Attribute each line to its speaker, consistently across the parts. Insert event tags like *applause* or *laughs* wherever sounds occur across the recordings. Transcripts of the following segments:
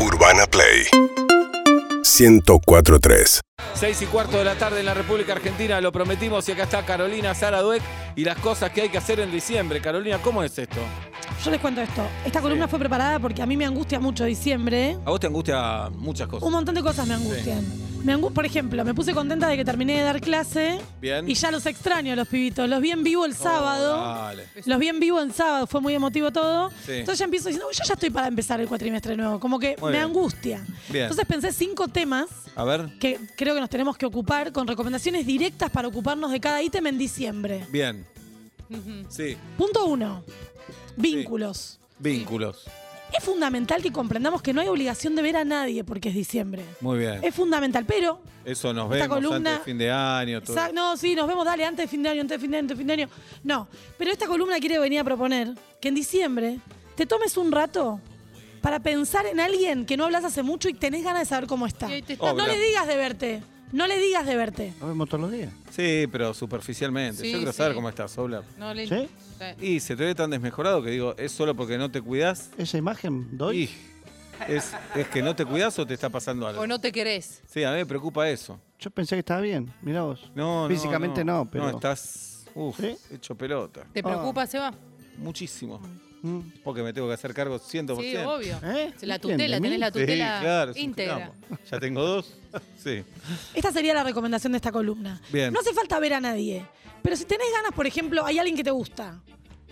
Speaker 1: Urbana Play 1043
Speaker 2: 6 y cuarto de la tarde en la República Argentina, lo prometimos y acá está Carolina Sara Dueck y las cosas que hay que hacer en diciembre. Carolina, ¿cómo es esto?
Speaker 3: Yo les cuento esto. Esta columna fue preparada porque a mí me angustia mucho diciembre.
Speaker 2: A vos te angustia muchas
Speaker 3: Un
Speaker 2: cosas.
Speaker 3: montón de cosas me angustian. Me angu- Por ejemplo, me puse contenta de que terminé de dar clase
Speaker 2: Bien.
Speaker 3: y ya los extraño, los pibitos. Los vi en vivo el sábado.
Speaker 2: Dale.
Speaker 3: Los vi en vivo el sábado, fue muy emotivo todo.
Speaker 2: Sí.
Speaker 3: Entonces ya empiezo diciendo, "Uy, yo ya estoy para empezar el cuatrimestre nuevo. Como que
Speaker 2: Muy
Speaker 3: me
Speaker 2: bien.
Speaker 3: angustia.
Speaker 2: Bien.
Speaker 3: Entonces pensé cinco temas
Speaker 2: A ver.
Speaker 3: que creo que nos tenemos que ocupar con recomendaciones directas para ocuparnos de cada ítem en diciembre.
Speaker 2: Bien. Sí.
Speaker 3: Punto uno. Vínculos.
Speaker 2: Vínculos.
Speaker 3: Es fundamental que comprendamos que no hay obligación de ver a nadie porque es diciembre.
Speaker 2: Muy bien.
Speaker 3: Es fundamental, pero...
Speaker 2: Eso nos vemos
Speaker 3: columna-
Speaker 2: antes de fin de año. Todo.
Speaker 3: Exacto, no, sí, nos vemos, dale, antes de fin de año, antes de fin de año, antes de fin de año. No, pero esta columna quiere venir a proponer que en diciembre te tomes un rato para pensar en alguien que no hablas hace mucho y tenés ganas de saber cómo está.
Speaker 4: Y hoy te
Speaker 2: está-
Speaker 3: No le
Speaker 2: Obvio.
Speaker 3: digas de verte, no le digas de verte.
Speaker 5: Nos vemos todos los días.
Speaker 2: Sí, pero superficialmente.
Speaker 4: Sí,
Speaker 2: Yo quiero
Speaker 4: sí.
Speaker 2: saber cómo estás, Oblap.
Speaker 4: No le
Speaker 5: ¿Sí?
Speaker 2: Y se te ve tan desmejorado que digo, ¿es solo porque no te cuidas?
Speaker 5: Esa imagen doy.
Speaker 2: Y es, es que no te cuidas o te está pasando algo.
Speaker 4: O no te querés.
Speaker 2: Sí, a mí me preocupa eso.
Speaker 5: Yo pensé que estaba bien. Mirá vos.
Speaker 2: No, no,
Speaker 5: Físicamente no, pero.
Speaker 2: No, estás uf,
Speaker 5: ¿Sí?
Speaker 2: hecho pelota.
Speaker 5: Ah.
Speaker 4: ¿Te preocupa, Seba?
Speaker 2: Muchísimo.
Speaker 5: Mm.
Speaker 2: Porque me tengo que hacer cargo 100%.
Speaker 4: Sí, obvio.
Speaker 5: ¿Eh?
Speaker 4: La
Speaker 5: ¿Quién, de
Speaker 4: tutela,
Speaker 5: mí?
Speaker 4: tenés la
Speaker 2: Sí,
Speaker 4: tutela
Speaker 2: claro, es un
Speaker 4: íntegra.
Speaker 2: quilombo. Ya tengo dos. *laughs* Sí.
Speaker 3: Esta sería la recomendación de esta columna.
Speaker 2: Bien.
Speaker 3: No hace falta ver a nadie, pero si tenés ganas, por ejemplo, hay alguien que te gusta.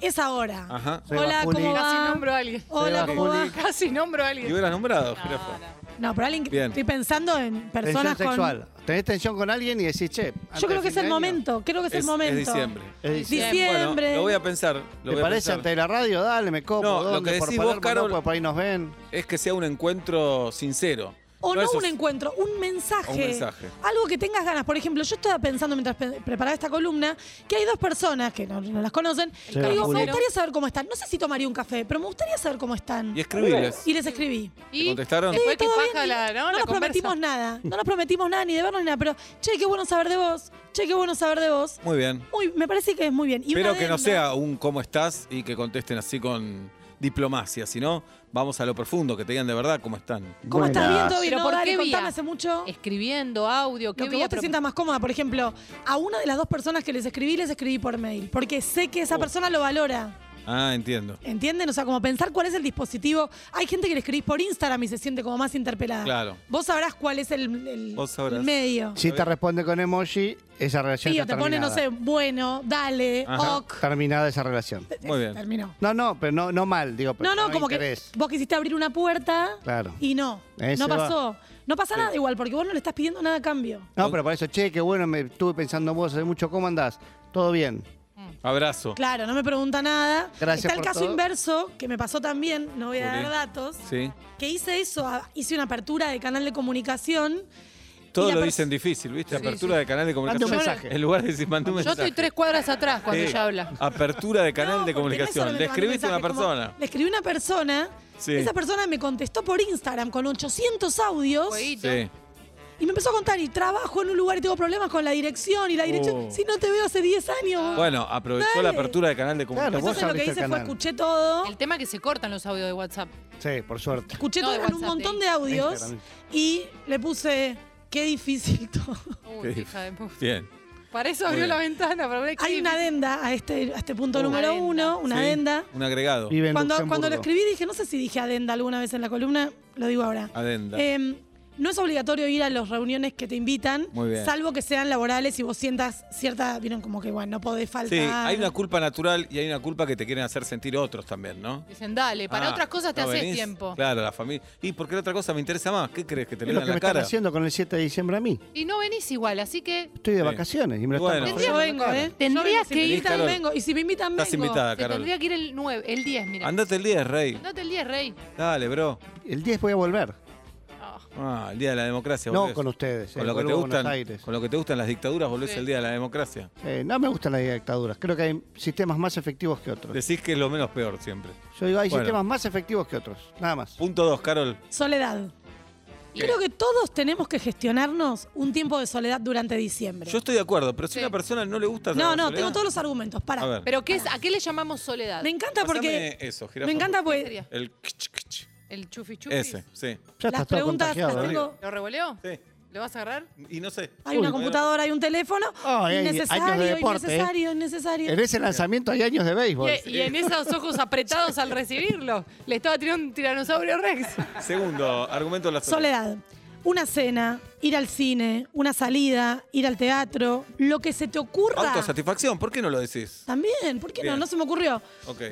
Speaker 3: Es ahora.
Speaker 2: Ajá.
Speaker 5: Se va
Speaker 3: Hola,
Speaker 5: Juli.
Speaker 3: ¿cómo
Speaker 4: Casi
Speaker 3: va?
Speaker 4: nombro a alguien. *laughs*
Speaker 3: Hola,
Speaker 2: Se va
Speaker 3: ¿cómo va?
Speaker 2: Juli.
Speaker 4: Casi nombro a
Speaker 2: Y
Speaker 4: alguien.
Speaker 2: hubieras nombrado,
Speaker 4: No,
Speaker 2: jirafa.
Speaker 4: no.
Speaker 3: No, pero alguien que-
Speaker 2: Bien.
Speaker 3: estoy pensando en personas
Speaker 5: Tensión
Speaker 3: con...
Speaker 5: sexual. Tenés tensión con alguien y decís, che. antes
Speaker 3: Yo creo
Speaker 5: de
Speaker 3: que es
Speaker 5: fin
Speaker 3: el
Speaker 5: de año.
Speaker 3: momento, creo que es, el momento.
Speaker 2: diciembre.
Speaker 5: Es decir,
Speaker 4: Diciembre.
Speaker 3: Diciembre.
Speaker 2: Bueno, lo voy a pensar. Lo voy
Speaker 5: ¿Te
Speaker 2: a
Speaker 5: parece
Speaker 2: pensar.
Speaker 5: antes de la radio? Dale, me copo.
Speaker 2: No, lo
Speaker 5: ¿Dónde?
Speaker 2: que decís
Speaker 5: por
Speaker 2: vos,
Speaker 5: Palermo,
Speaker 2: Carol-
Speaker 5: no, porque por ahí nos ven.
Speaker 2: Es que sea un encuentro sincero.
Speaker 3: O no,
Speaker 2: es-
Speaker 3: un encuentro, un mensaje,
Speaker 2: Un mensaje.
Speaker 3: Algo que tengas ganas. Por ejemplo, yo estaba pensando mientras pe- preparaba esta columna que hay dos personas que no, no las conocen.
Speaker 5: Sí,
Speaker 3: que digo, me
Speaker 5: Juli.
Speaker 3: gustaría saber cómo están. No sé si tomaría un café, pero me gustaría saber cómo están.
Speaker 2: Y escribirles.
Speaker 3: Y les escribí.
Speaker 4: ¿Y?
Speaker 2: ¿Te contestaron?
Speaker 4: Después
Speaker 3: Eh,
Speaker 4: que
Speaker 3: todo
Speaker 4: paja
Speaker 3: bien,
Speaker 4: la,
Speaker 3: y no
Speaker 4: ¿no? la
Speaker 3: nos
Speaker 4: conversa.
Speaker 3: prometimos nada. No nos prometimos nada, ni de vernos ni nada. Pero, che, qué bueno saber de vos. Che, qué bueno saber de vos.
Speaker 2: Muy bien.
Speaker 3: Uy, me parece que es muy bien. Y una
Speaker 2: Pero que no
Speaker 3: adenda.
Speaker 2: sea un cómo estás y que contesten así con diplomacia, sino vamos a lo profundo, que te digan de verdad cómo están.
Speaker 3: ¿Cómo estás? ¿Bien? ¿Todo bien?
Speaker 4: Pero
Speaker 3: No,
Speaker 4: ¿por
Speaker 3: dale,
Speaker 4: qué
Speaker 3: contame
Speaker 4: vía?
Speaker 3: hace mucho.
Speaker 4: Escribiendo, audio, ¿qué
Speaker 3: Lo que
Speaker 4: voy a
Speaker 3: vos te
Speaker 4: pro-
Speaker 3: sientas más cómoda, por ejemplo, a una de las dos personas que les escribí, les escribí por mail, porque sé que esa persona lo valora.
Speaker 2: Ah, entiendo.
Speaker 3: ¿Entienden? O sea, como pensar cuál es el dispositivo. Hay gente que le escribís por Instagram y se siente como más interpelada.
Speaker 2: Claro.
Speaker 3: Vos sabrás cuál es el, el-
Speaker 2: Vos sabrás.
Speaker 3: el medio.
Speaker 5: Si te responde con emoji, esa relación
Speaker 3: Sí, o
Speaker 5: está
Speaker 3: te pone, no sé,
Speaker 5: terminada.
Speaker 3: bueno, dale,
Speaker 2: Ajá.
Speaker 3: ok.
Speaker 5: Terminada esa relación.
Speaker 2: Muy bien.
Speaker 3: Terminó.
Speaker 5: No, no, pero no, no mal, digo. Pero
Speaker 3: No, no,
Speaker 5: hay
Speaker 3: como
Speaker 5: interés.
Speaker 3: que vos quisiste abrir una puerta
Speaker 5: Claro.
Speaker 3: y no.
Speaker 5: Ese
Speaker 3: no
Speaker 5: va.
Speaker 3: pasó. No pasa nada igual, porque vos no le estás pidiendo nada a cambio.
Speaker 5: No, pero por eso, che, qué bueno, me estuve pensando en vos hace mucho. ¿Cómo andás? Todo bien.
Speaker 2: Abrazo.
Speaker 3: Claro, no me pregunta nada.
Speaker 5: Gracias
Speaker 3: Está el
Speaker 5: por
Speaker 3: caso
Speaker 5: todo.
Speaker 3: inverso, que me pasó también, no voy a
Speaker 2: Juli.
Speaker 3: dar datos,
Speaker 2: Sí.
Speaker 3: que hice eso, a- hice una apertura de canal de comunicación.
Speaker 2: Todo
Speaker 3: Y
Speaker 2: lo
Speaker 3: apar-
Speaker 2: dicen difícil, ¿viste?
Speaker 4: Sí,
Speaker 2: Apertura
Speaker 4: sí.
Speaker 2: de canal de
Speaker 5: Manda
Speaker 2: comunicación.
Speaker 5: un mensaje.
Speaker 2: En lugar de decir, mandé un
Speaker 4: Yo
Speaker 2: mensaje.
Speaker 4: estoy tres cuadras atrás cuando
Speaker 2: Sí.
Speaker 4: ella habla.
Speaker 2: Apertura de canal
Speaker 3: No,
Speaker 2: de
Speaker 3: porque no es
Speaker 2: comunicación.
Speaker 3: solamente
Speaker 2: Le
Speaker 3: mandar un
Speaker 2: escribiste a una
Speaker 3: mensaje, como-
Speaker 2: persona.
Speaker 3: le escribí a una persona,
Speaker 2: Sí.
Speaker 3: esa persona me contestó por Instagram con 800 audios
Speaker 4: Jueguito.
Speaker 2: Sí.
Speaker 3: y me empezó a contar, y trabajo en un lugar y tengo problemas con la dirección, y la dirección,
Speaker 2: Oh.
Speaker 3: si no te veo hace 10 años.
Speaker 2: Bueno, aprovechó
Speaker 3: Dale.
Speaker 2: la apertura de canal de comunicación.
Speaker 5: Claro, vos
Speaker 3: Entonces lo que
Speaker 5: abriste el
Speaker 3: hice fue,
Speaker 5: canal.
Speaker 3: escuché todo,
Speaker 4: El tema es que se cortan los audios de WhatsApp.
Speaker 5: Sí, por suerte.
Speaker 3: escuché
Speaker 4: No,
Speaker 3: todo,
Speaker 4: de
Speaker 3: eran un
Speaker 4: WhatsApp,
Speaker 3: montón
Speaker 4: de
Speaker 3: de audios,
Speaker 5: Instagram.
Speaker 3: y le puse, qué difícil *laughs* todo.
Speaker 4: Uy, hija de puta.
Speaker 2: Bien.
Speaker 4: Para eso
Speaker 2: Muy
Speaker 4: abrió
Speaker 2: bien.
Speaker 4: la ventana, para ver
Speaker 3: Hay
Speaker 4: qué-
Speaker 3: una adenda a este, a este punto
Speaker 4: Una
Speaker 3: número
Speaker 4: adenda.
Speaker 3: uno, una
Speaker 2: Sí,
Speaker 3: adenda.
Speaker 2: Un agregado.
Speaker 5: Vive en
Speaker 3: Cuando, cuando lo
Speaker 5: Luxemburgo.
Speaker 3: escribí dije, no sé si dije adenda alguna vez en la columna, lo digo ahora.
Speaker 2: Adenda.
Speaker 3: Em, no es obligatorio ir a las reuniones que te invitan,
Speaker 2: Muy bien.
Speaker 3: salvo que sean laborales y vos sientas cierta, vieron como que, bueno, no podés
Speaker 2: sí,
Speaker 3: faltar.
Speaker 2: hay una culpa natural y hay una culpa que te quieren hacer sentir otros también, ¿no?
Speaker 4: Dicen, dale, para
Speaker 2: Ah,
Speaker 4: otras cosas te
Speaker 2: ¿no
Speaker 4: haces
Speaker 2: venís?
Speaker 4: tiempo.
Speaker 2: Claro, la familia. ¿Y por qué la otra cosa me interesa más? ¿Qué crees que te
Speaker 5: Es
Speaker 2: lo
Speaker 5: lo
Speaker 2: digan
Speaker 5: que
Speaker 2: en la
Speaker 5: me
Speaker 2: cara?
Speaker 5: están haciendo con el 7 de diciembre a mí.
Speaker 4: Y no venís igual, así que
Speaker 5: Estoy de
Speaker 2: Sí.
Speaker 5: vacaciones y me lo
Speaker 2: Bueno.
Speaker 5: están
Speaker 3: Yo
Speaker 5: ofreciendo.
Speaker 3: vengo, ¿eh?
Speaker 4: Tendrías
Speaker 3: Yo vengo, si
Speaker 4: que
Speaker 3: me
Speaker 4: ir,
Speaker 3: invitan,
Speaker 2: Carol.
Speaker 3: vengo. Y si me invitan,
Speaker 2: Estás
Speaker 3: vengo.
Speaker 2: invitada,
Speaker 4: se tendría
Speaker 2: Carol.
Speaker 4: que ir el 9, el 10, mira.
Speaker 2: Andate el 10, Rey.
Speaker 4: Andate el 10, Rey.
Speaker 2: Dale, bro.
Speaker 5: El 10 voy a volver.
Speaker 4: Ah,
Speaker 2: Ah, el día de la democracia.
Speaker 5: No
Speaker 2: volvés.
Speaker 5: con ustedes. eh,
Speaker 2: Con lo, que te
Speaker 5: vuelvo a Buenos
Speaker 2: gustan,
Speaker 5: Aires.
Speaker 2: con lo que te gustan las dictaduras, volvés
Speaker 4: Sí.
Speaker 2: el día de la democracia.
Speaker 5: Eh, no me gustan las dictaduras. Creo que hay sistemas más efectivos que otros.
Speaker 2: Decís que es lo menos peor siempre.
Speaker 5: Yo digo, hay
Speaker 2: Bueno.
Speaker 5: sistemas más efectivos que otros. Nada más.
Speaker 2: Punto 2, Carol.
Speaker 3: Soledad. Creo que todos tenemos que gestionarnos un tiempo de soledad durante diciembre.
Speaker 2: Yo estoy de acuerdo, pero si
Speaker 4: Sí.
Speaker 2: a una persona no le gusta...
Speaker 3: no,
Speaker 2: la
Speaker 3: no,
Speaker 2: soledad-
Speaker 3: tengo todos los argumentos. Para.
Speaker 2: A ver.
Speaker 4: Pero ¿qué es, ¿a qué le llamamos soledad?
Speaker 3: Me encanta porque.
Speaker 2: Pásame eso, jirafa.
Speaker 3: Me encanta
Speaker 4: ¿Qué
Speaker 3: porque
Speaker 4: sería?
Speaker 2: El kch, kch.
Speaker 4: El chufi chufi.
Speaker 2: Ese, sí.
Speaker 5: Ya
Speaker 3: Las
Speaker 5: estás todo
Speaker 3: preguntas las
Speaker 5: contagiado. ¿eh?
Speaker 3: tengo-
Speaker 4: ¿Lo revoleó?
Speaker 2: Sí.
Speaker 4: ¿Lo vas a agarrar?
Speaker 2: Y no sé.
Speaker 3: Hay una
Speaker 2: Uy,
Speaker 3: computadora, hay un teléfono.
Speaker 5: Oh, hay- hay años de
Speaker 3: innecesario,
Speaker 5: deporte, ¿eh?
Speaker 3: innecesario, innecesario.
Speaker 5: En ese lanzamiento hay años de béisbol.
Speaker 4: Y, y en esos ojos apretados al recibirlo, le estaba tirando un tiranosaurio Rex.
Speaker 2: *laughs* Segundo, argumento de la soledad.
Speaker 3: Soledad. Una cena, ir al cine, una salida, ir al teatro, lo que se te ocurra.
Speaker 2: Autosatisfacción, ¿por qué no lo decís?
Speaker 3: También, ¿por qué no?
Speaker 2: Bien.
Speaker 3: No se me ocurrió.
Speaker 2: Ok.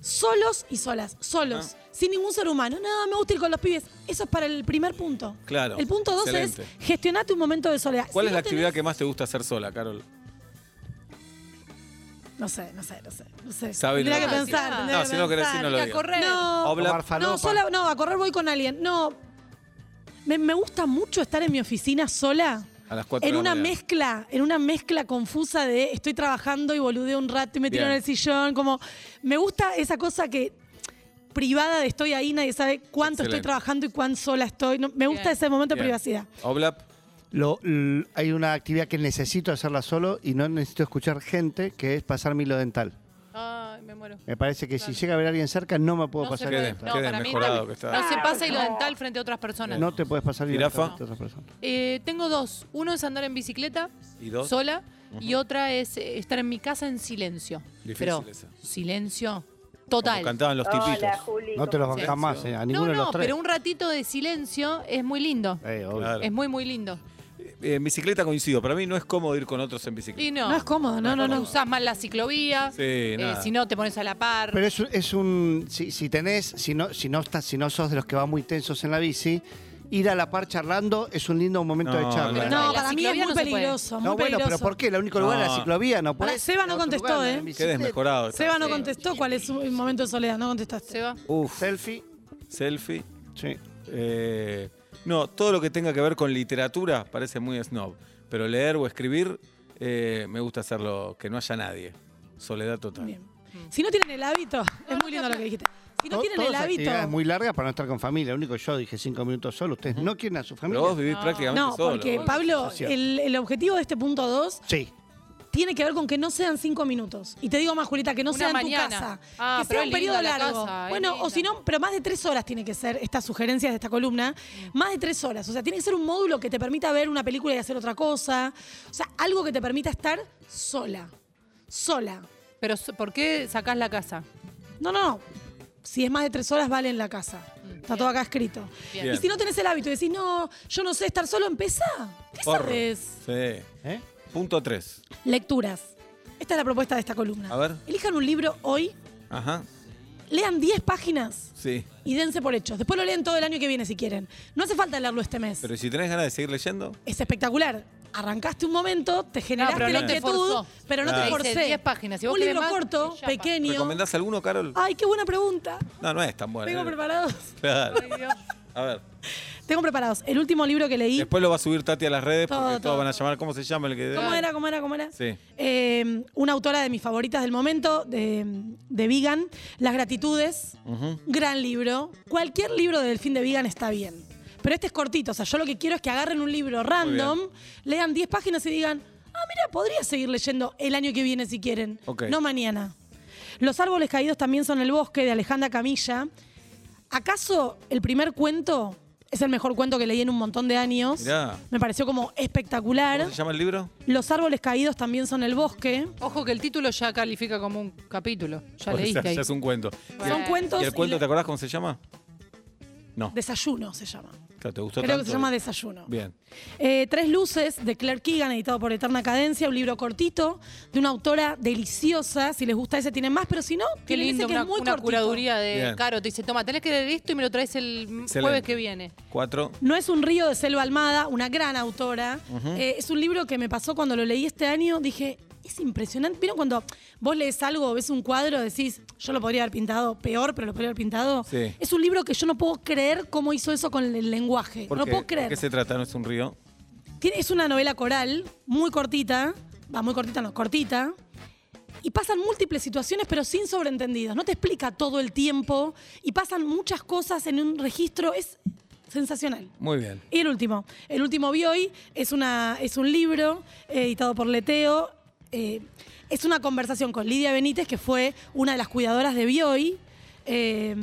Speaker 3: Solos y solas, solos,
Speaker 2: Ah.
Speaker 3: sin ningún ser humano. Nada, me gusta ir con los pibes. Eso es para el primer punto.
Speaker 2: Claro,
Speaker 3: El punto dos
Speaker 2: excelente.
Speaker 3: es gestionate un momento de soledad.
Speaker 2: ¿Cuál
Speaker 3: Si
Speaker 2: es la
Speaker 3: vos
Speaker 2: actividad que
Speaker 3: tenés-
Speaker 2: más te gusta hacer sola, Carol?
Speaker 3: No sé, no sé, no sé. No sé.
Speaker 2: Sabe lo
Speaker 3: Tendría que
Speaker 2: que-
Speaker 3: pensar.
Speaker 4: No,
Speaker 3: tendría
Speaker 2: no, si no querés
Speaker 3: pensar.
Speaker 2: decir, no lo
Speaker 4: Ir a
Speaker 2: digas.
Speaker 4: correr.
Speaker 3: No,
Speaker 2: Hablar-
Speaker 5: Omar Falopa.
Speaker 3: no, sola, no, a correr voy con alguien. No. Me, me gusta mucho estar en mi oficina sola.
Speaker 2: A las 4
Speaker 3: En
Speaker 2: de la
Speaker 3: una
Speaker 2: mañana.
Speaker 3: mezcla, en una mezcla confusa de estoy trabajando y boludeo un rato y me tiro
Speaker 2: Bien.
Speaker 3: en el sillón. Como, me gusta esa cosa que privada de estoy ahí, nadie sabe cuánto
Speaker 2: Excelente.
Speaker 3: estoy trabajando y cuán sola estoy. No, me gusta
Speaker 4: Bien.
Speaker 3: ese momento de
Speaker 2: Bien.
Speaker 3: privacidad.
Speaker 2: Oblap.
Speaker 5: Lo- l- hay una actividad que necesito hacerla solo y no necesito escuchar gente, que es pasarme hilo dental.
Speaker 4: Ay, me muero.
Speaker 5: Me parece que
Speaker 4: Claro.
Speaker 5: si llega a haber alguien cerca, no me puedo
Speaker 4: No se
Speaker 5: pasar hilo
Speaker 4: puede.
Speaker 2: Quede,
Speaker 5: dental.
Speaker 4: No,
Speaker 2: quede
Speaker 4: para mí
Speaker 2: mejorado
Speaker 4: no.
Speaker 2: que está.
Speaker 4: Ah, No se pasa hilo dental frente a otras personas.
Speaker 5: No te puedes pasar hilo
Speaker 2: ¿Jirafa?
Speaker 5: dental de otra persona.
Speaker 4: Eh, tengo dos. Uno es andar en bicicleta
Speaker 2: ¿Y dos?
Speaker 4: sola y otra es eh, estar en mi casa en silencio.
Speaker 2: Difícil
Speaker 4: Pero
Speaker 2: esa.
Speaker 4: silencio
Speaker 2: Como
Speaker 4: total.
Speaker 2: cantaban los
Speaker 1: Hola,
Speaker 2: tipitos.
Speaker 1: Juli.
Speaker 5: No te los
Speaker 1: ¿cómo
Speaker 5: bancás
Speaker 1: estás?
Speaker 5: más, eh, a
Speaker 4: No,
Speaker 5: ninguno de
Speaker 4: no,
Speaker 5: los tres.
Speaker 4: pero un ratito de silencio es muy lindo.
Speaker 5: Eh, obvio.
Speaker 2: Claro.
Speaker 4: Es muy, muy lindo.
Speaker 2: Eh, en bicicleta coincido. Para mí no es cómodo ir con otros en
Speaker 4: Y
Speaker 2: bicicleta.
Speaker 4: no.
Speaker 3: No es cómodo, no, no, no.
Speaker 4: Usás más la ciclovía.
Speaker 2: Sí,
Speaker 4: eh,
Speaker 2: nada.
Speaker 4: si no, te pones a la par.
Speaker 5: Pero es, un- es un. Si, si tenés, si no, si no estás, si no sos de los que van muy tensos en la bici, ir a la par charlando es un lindo momento
Speaker 2: No,
Speaker 5: de
Speaker 2: no,
Speaker 5: charla.
Speaker 4: no.
Speaker 3: No,
Speaker 4: la
Speaker 3: para mí es
Speaker 4: ciclovía
Speaker 3: muy
Speaker 4: no se puede.
Speaker 3: peligroso, muy
Speaker 5: No, bueno,
Speaker 3: peligroso.
Speaker 5: pero ¿por qué? El único lugar es
Speaker 2: No.
Speaker 5: la ciclovía, no podés.
Speaker 3: Seba no
Speaker 5: ir a otro
Speaker 3: contestó,
Speaker 5: lugar,
Speaker 3: ¿eh?
Speaker 5: en
Speaker 2: Qué
Speaker 5: bicicleta.
Speaker 2: desmejorado.
Speaker 3: Seba no contestó cuál es su momento de soledad, no contestaste.
Speaker 4: Se va.
Speaker 2: Uf.
Speaker 5: Selfie.
Speaker 2: Selfie.
Speaker 5: Sí.
Speaker 2: Eh, no, todo lo que tenga que ver con literatura parece muy snob. Pero leer o escribir eh, me gusta hacerlo que no haya nadie. Soledad total.
Speaker 3: Bien. Si no tienen el hábito, es muy lindo lo que dijiste. Si no
Speaker 5: To-
Speaker 3: tienen
Speaker 5: todas
Speaker 3: el hábito.
Speaker 5: actividades muy largas para no estar con familia. Lo único yo dije cinco minutos solo. Ustedes no quieren a su
Speaker 2: Pero
Speaker 5: familia.
Speaker 2: vos vivís prácticamente
Speaker 3: No,
Speaker 2: solo.
Speaker 3: porque
Speaker 2: boludo.
Speaker 3: Pablo,
Speaker 5: Asociación.
Speaker 3: el, el objetivo de este punto 2
Speaker 5: Sí.
Speaker 3: tiene que ver con que no sean cinco minutos. Y te digo más, Julita, que no
Speaker 4: Una
Speaker 3: sea en
Speaker 4: mañana.
Speaker 3: tu casa.
Speaker 4: Ah,
Speaker 3: que sea
Speaker 4: pero es
Speaker 3: un
Speaker 4: linda
Speaker 3: periodo
Speaker 4: la
Speaker 3: largo.
Speaker 4: casa, es
Speaker 3: bueno, o
Speaker 4: linda.
Speaker 3: si no, pero más de tres horas tiene que ser estas sugerencias de esta columna.
Speaker 4: Mm.
Speaker 3: Más de tres horas. O sea, tiene que ser un módulo que te permita ver una película y hacer otra cosa. O sea, algo que te permita estar sola. Sola.
Speaker 4: Pero, so- ¿por qué sacás la casa?
Speaker 3: No, no, no. Si es más de tres horas, vale en la casa. Está todo acá escrito.
Speaker 4: Mm, Bien.
Speaker 2: Bien.
Speaker 3: Y si no tenés el hábito y decís, no, yo no sé estar solo, empezá. ¿Qué
Speaker 2: Porro.
Speaker 3: sabes?
Speaker 2: Sí.
Speaker 5: ¿Eh?
Speaker 2: Punto 3.
Speaker 3: Lecturas. Esta es la propuesta de esta columna.
Speaker 2: A ver.
Speaker 3: Elijan un libro hoy,
Speaker 2: Ajá.
Speaker 3: lean 10 páginas
Speaker 2: Sí.
Speaker 3: y dense por hechos. Después lo leen todo el año que viene si quieren. No hace falta leerlo este mes.
Speaker 2: Pero si tenés ganas de seguir leyendo,
Speaker 3: Es espectacular. Arrancaste un momento, te generaste
Speaker 4: pero
Speaker 3: la
Speaker 4: no te
Speaker 3: inquietud,
Speaker 4: forzó.
Speaker 3: pero no te
Speaker 2: Claro.
Speaker 4: Dice
Speaker 3: forcé.
Speaker 4: 10 páginas. Si vos
Speaker 3: un
Speaker 4: querés
Speaker 3: libro
Speaker 4: más,
Speaker 3: corto,
Speaker 4: te llama.
Speaker 3: pequeño.
Speaker 2: ¿recomendás alguno, Carol?
Speaker 3: Ay, qué buena pregunta.
Speaker 2: No, no es tan bueno.
Speaker 3: Tengo
Speaker 2: eh.
Speaker 3: preparados. *laughs*
Speaker 2: Claro. A ver.
Speaker 3: Tengo preparados. El último libro que leí.
Speaker 2: Después lo va a subir Tati a las redes
Speaker 3: Todo,
Speaker 2: porque
Speaker 3: todo,
Speaker 2: todos van a llamar. ¿Cómo se llama el que.?
Speaker 3: ¿Cómo era? ¿Cómo era? ¿Cómo era?
Speaker 2: Sí.
Speaker 3: Eh, una autora de mis favoritas del momento, de, de Vegan, Las Gratitudes. Gran libro. Cualquier libro de Delfín de Vegan está bien. Pero este es cortito. O sea, yo lo que quiero es que agarren un libro random, lean 10 páginas y digan, ah, mira, podría seguir leyendo el año que viene si quieren.
Speaker 2: Ok.
Speaker 3: No mañana. Los árboles caídos también son el bosque de Alejandra Camilla. ¿Acaso el primer cuento es el mejor cuento que leí en un montón de años?
Speaker 2: Mirá.
Speaker 3: Me pareció como espectacular.
Speaker 2: ¿Cómo se llama el libro?
Speaker 3: Los árboles caídos también son el bosque.
Speaker 4: Ojo que el título ya califica como un capítulo. Ya
Speaker 2: O sea,
Speaker 4: leíste ahí.
Speaker 2: ya es un cuento.
Speaker 4: Bueno.
Speaker 3: Son cuentos.
Speaker 2: ¿Y el cuento,
Speaker 3: y
Speaker 2: te
Speaker 3: le-
Speaker 2: acordás cómo se llama? No.
Speaker 3: Desayuno se llama.
Speaker 2: Claro, ¿Te gustó
Speaker 3: Creo que
Speaker 2: tanto?
Speaker 3: se llama Desayuno.
Speaker 2: Bien.
Speaker 3: Eh, Tres luces de Claire Keegan, editado por Eterna Cadencia, un libro cortito de una autora deliciosa. Si les gusta ese tienen más, pero si no,
Speaker 4: Qué
Speaker 3: tienen ese
Speaker 4: lindo,
Speaker 3: que
Speaker 4: una,
Speaker 3: es muy
Speaker 4: una
Speaker 3: cortito.
Speaker 4: curaduría de
Speaker 2: Bien.
Speaker 4: Caro. Te dice, toma, tenés que leer esto y me lo traes el jueves que viene.
Speaker 2: Cuatro.
Speaker 3: No es un río de Selva Almada, una gran autora. Eh, es un libro que me pasó cuando lo leí este año. Dije, es impresionante. ¿Vieron cuando vos lees algo, ves un cuadro, decís, yo lo podría haber pintado peor, pero lo podría haber pintado?
Speaker 2: Sí.
Speaker 3: Es un libro que yo no puedo creer cómo hizo eso con el lenguaje.
Speaker 2: ¿Por
Speaker 3: no
Speaker 2: qué?
Speaker 3: puedo
Speaker 2: ¿De
Speaker 3: creer.
Speaker 2: qué se trata? ¿No es un río?
Speaker 3: Tiene- es una novela coral, muy cortita. Va, muy cortita, no, cortita. Y pasan múltiples situaciones, pero sin sobreentendidos. No te explica todo el tiempo. Y pasan muchas cosas en un registro. Es sensacional.
Speaker 2: Muy bien.
Speaker 3: Y el último. El último vi hoy es, una, es un libro eh, editado por Leteo. Eh, es una conversación con Lidia Benítez, que fue una de las cuidadoras de Bioy. Eh,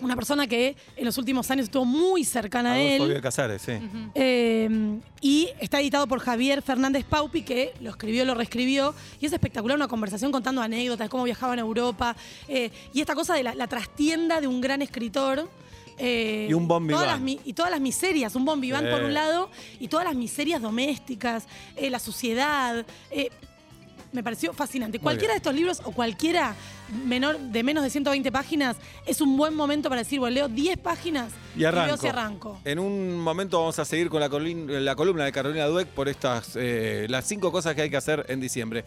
Speaker 3: una persona que en los últimos años estuvo muy cercana a
Speaker 2: Adolfo
Speaker 3: él.
Speaker 2: Bioy Casares, sí.
Speaker 3: Eh, y está editado por Javier Fernández Paupi, que lo escribió, lo reescribió. Y es espectacular una conversación contando anécdotas, cómo viajaba en Europa. eh, y esta cosa de la, la trastienda de un gran escritor. eh,
Speaker 2: Y un bon
Speaker 3: todas
Speaker 2: vivant.
Speaker 3: las mi- Y todas las miserias, un bon vivant
Speaker 2: Sí.
Speaker 3: por un lado, y todas las miserias domésticas, eh, la suciedad. eh, me pareció fascinante.
Speaker 2: bien.
Speaker 3: Cualquiera de estos libros o cualquiera menor de menos de 120 páginas es un buen momento para decir, bueno, leo 10 páginas
Speaker 2: Y
Speaker 3: veo
Speaker 2: arranco.
Speaker 3: si arranco.
Speaker 2: En un momento vamos a seguir con la, colin- la columna de Carolina Dueck por estas eh, las cinco cosas que hay que hacer en diciembre.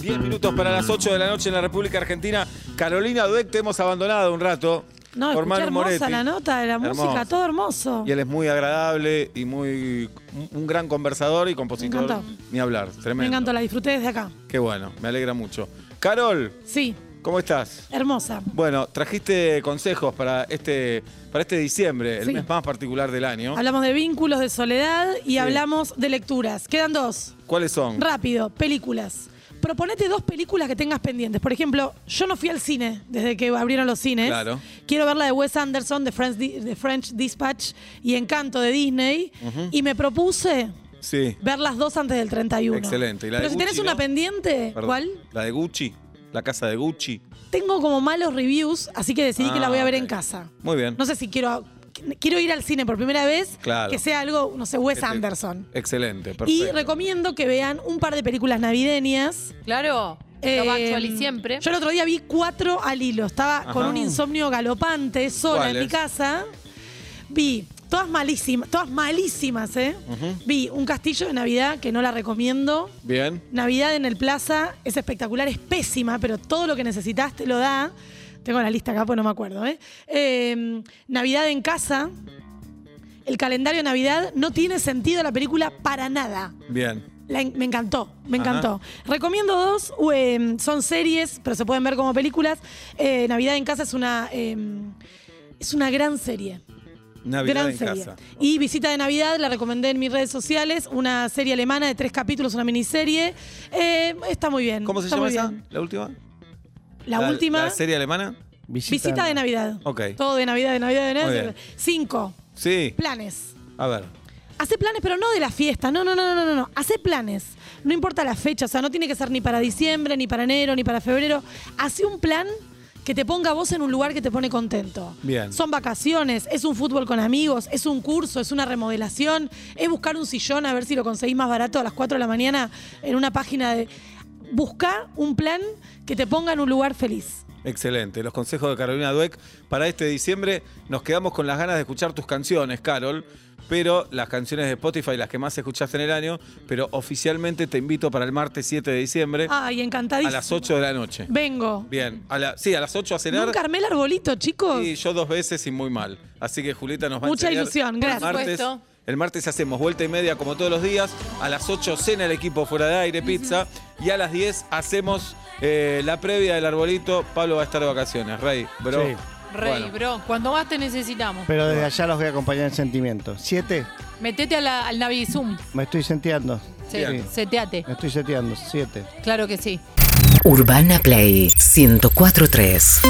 Speaker 2: Diez minutos para las 8 de la noche en la República Argentina. Carolina Dueck, te hemos abandonado un rato.
Speaker 3: No,
Speaker 2: por
Speaker 3: escuché
Speaker 2: Manu
Speaker 3: hermosa
Speaker 2: Moretti.
Speaker 3: la nota, la
Speaker 2: Hermoso.
Speaker 3: música, todo hermoso.
Speaker 2: Y él es muy agradable y muy un- un gran conversador y compositor.
Speaker 3: encantó.
Speaker 2: Ni hablar, tremendo.
Speaker 3: Me encantó, la disfruté desde acá.
Speaker 2: Qué bueno, me alegra mucho. Carol,
Speaker 3: Sí,
Speaker 2: ¿cómo estás?
Speaker 3: hermosa.
Speaker 2: Bueno, trajiste consejos para este, para este diciembre, el
Speaker 3: Sí.
Speaker 2: mes más particular del año.
Speaker 3: Hablamos de vínculos, de soledad y hablamos de lecturas. Quedan dos.
Speaker 2: ¿Cuáles son?
Speaker 3: Rápido, películas. Proponete dos películas que tengas pendientes. Por ejemplo, yo no fui al cine desde que abrieron los cines.
Speaker 2: Claro.
Speaker 3: Quiero ver la de Wes Anderson, The French, Di- The French Dispatch y Encanto de Disney. Y me propuse
Speaker 2: sí.
Speaker 3: ver las dos antes del 31.
Speaker 2: Excelente. ¿Y la de
Speaker 3: Pero si tenés
Speaker 2: Gucci,
Speaker 3: una
Speaker 2: no?
Speaker 3: pendiente,
Speaker 2: Perdón.
Speaker 3: ¿cuál?
Speaker 2: La de Gucci, la casa de Gucci.
Speaker 3: Tengo como malos reviews, así que decidí que la
Speaker 2: Ah,
Speaker 3: voy a ver en
Speaker 2: ok.
Speaker 3: casa.
Speaker 2: Muy bien.
Speaker 3: No sé si quiero quiero ir al cine por primera vez,
Speaker 2: Claro.
Speaker 3: que sea algo, no sé, Wes
Speaker 2: Este-
Speaker 3: Anderson.
Speaker 2: Excelente,
Speaker 3: Y
Speaker 2: perfecto.
Speaker 3: recomiendo que vean un par de películas navideñas.
Speaker 4: Claro,
Speaker 3: Eh,
Speaker 4: Estaba actual y siempre.
Speaker 3: Yo el otro día vi cuatro al hilo. Estaba
Speaker 2: Ajá.
Speaker 3: con un insomnio galopante, sola en mi
Speaker 2: ¿Cuáles?
Speaker 3: casa. Vi todas malísimas, todas malísimas, ¿eh? Vi un castillo de Navidad que no la recomiendo.
Speaker 2: Bien.
Speaker 3: Navidad en el Plaza es espectacular, es pésima, pero todo lo que necesitas te lo da. Tengo la lista acá, pues no me acuerdo. ¿eh? Eh, Navidad en casa. El calendario de Navidad no tiene sentido la película para nada.
Speaker 2: Bien.
Speaker 3: La en- me encantó, me
Speaker 2: Ajá.
Speaker 3: encantó. Recomiendo dos, u- em, son series, pero se pueden ver como películas. Eh, Navidad en casa es una, em, es una gran serie.
Speaker 2: Navidad
Speaker 3: Gran
Speaker 2: en
Speaker 3: serie.
Speaker 2: casa.
Speaker 3: Y Visita de Navidad, la recomendé en mis redes sociales, una serie alemana de tres capítulos, una miniserie. Eh, está muy bien.
Speaker 2: ¿Cómo se
Speaker 3: está
Speaker 2: llama
Speaker 3: muy
Speaker 2: esa?
Speaker 3: bien.
Speaker 2: ¿La última?
Speaker 3: La, última,
Speaker 2: ¿La serie alemana?
Speaker 3: Visita de Navidad.
Speaker 2: Ok.
Speaker 3: Todo de Navidad, de Navidad, de
Speaker 2: Muy
Speaker 3: Navidad.
Speaker 2: bien.
Speaker 3: Cinco,
Speaker 2: Sí.
Speaker 3: planes.
Speaker 2: A ver.
Speaker 3: Hace planes, pero no de la fiesta. No, no, no, no, no, no. Hace planes. No importa la fecha. O sea, no tiene que ser ni para diciembre, ni para enero, ni para febrero. Hace un plan que te ponga vos en un lugar que te pone contento.
Speaker 2: Bien.
Speaker 3: Son vacaciones, es un fútbol con amigos, es un curso, es una remodelación, es buscar un sillón a ver si lo conseguís más barato a las 4 de la mañana en una página de. Busca un plan que te ponga en un lugar feliz.
Speaker 2: Excelente. Los consejos de Carolina Dueck para este diciembre. Nos quedamos con las ganas de escuchar tus canciones, Carol. Pero las canciones de Spotify, las que más escuchaste en el año. Pero oficialmente te invito para el martes 7 de diciembre
Speaker 3: Ay, encantadísimo.
Speaker 2: Eh, a las 8 de la noche.
Speaker 3: Vengo.
Speaker 2: Bien. A la- sí, a las 8 a cenar.
Speaker 3: Nunca armé el arbolito, chicos.
Speaker 2: Y yo dos veces y muy mal. Así que Julieta nos va
Speaker 3: Mucha
Speaker 2: a enseñar.
Speaker 3: ilusión, gracias.
Speaker 2: El martes,
Speaker 4: Por supuesto.
Speaker 2: el martes hacemos vuelta y media como todos los días. A las 8 cena el equipo fuera de aire, pizza. Y a las 10 hacemos eh, la previa del arbolito. Pablo va a estar de vacaciones. Rey, bro.
Speaker 5: Sí.
Speaker 4: Rey,
Speaker 2: Bueno,
Speaker 4: bro, cuando más te necesitamos.
Speaker 5: Pero desde allá los voy a acompañar en sentimiento. Siete,
Speaker 4: Metete a la- al Navizum.
Speaker 5: me estoy senteando.
Speaker 4: Se-
Speaker 2: Bien.
Speaker 4: Seteate.
Speaker 5: Me estoy seteando. Siete.
Speaker 4: Claro que sí.
Speaker 1: Urbana Play 1043.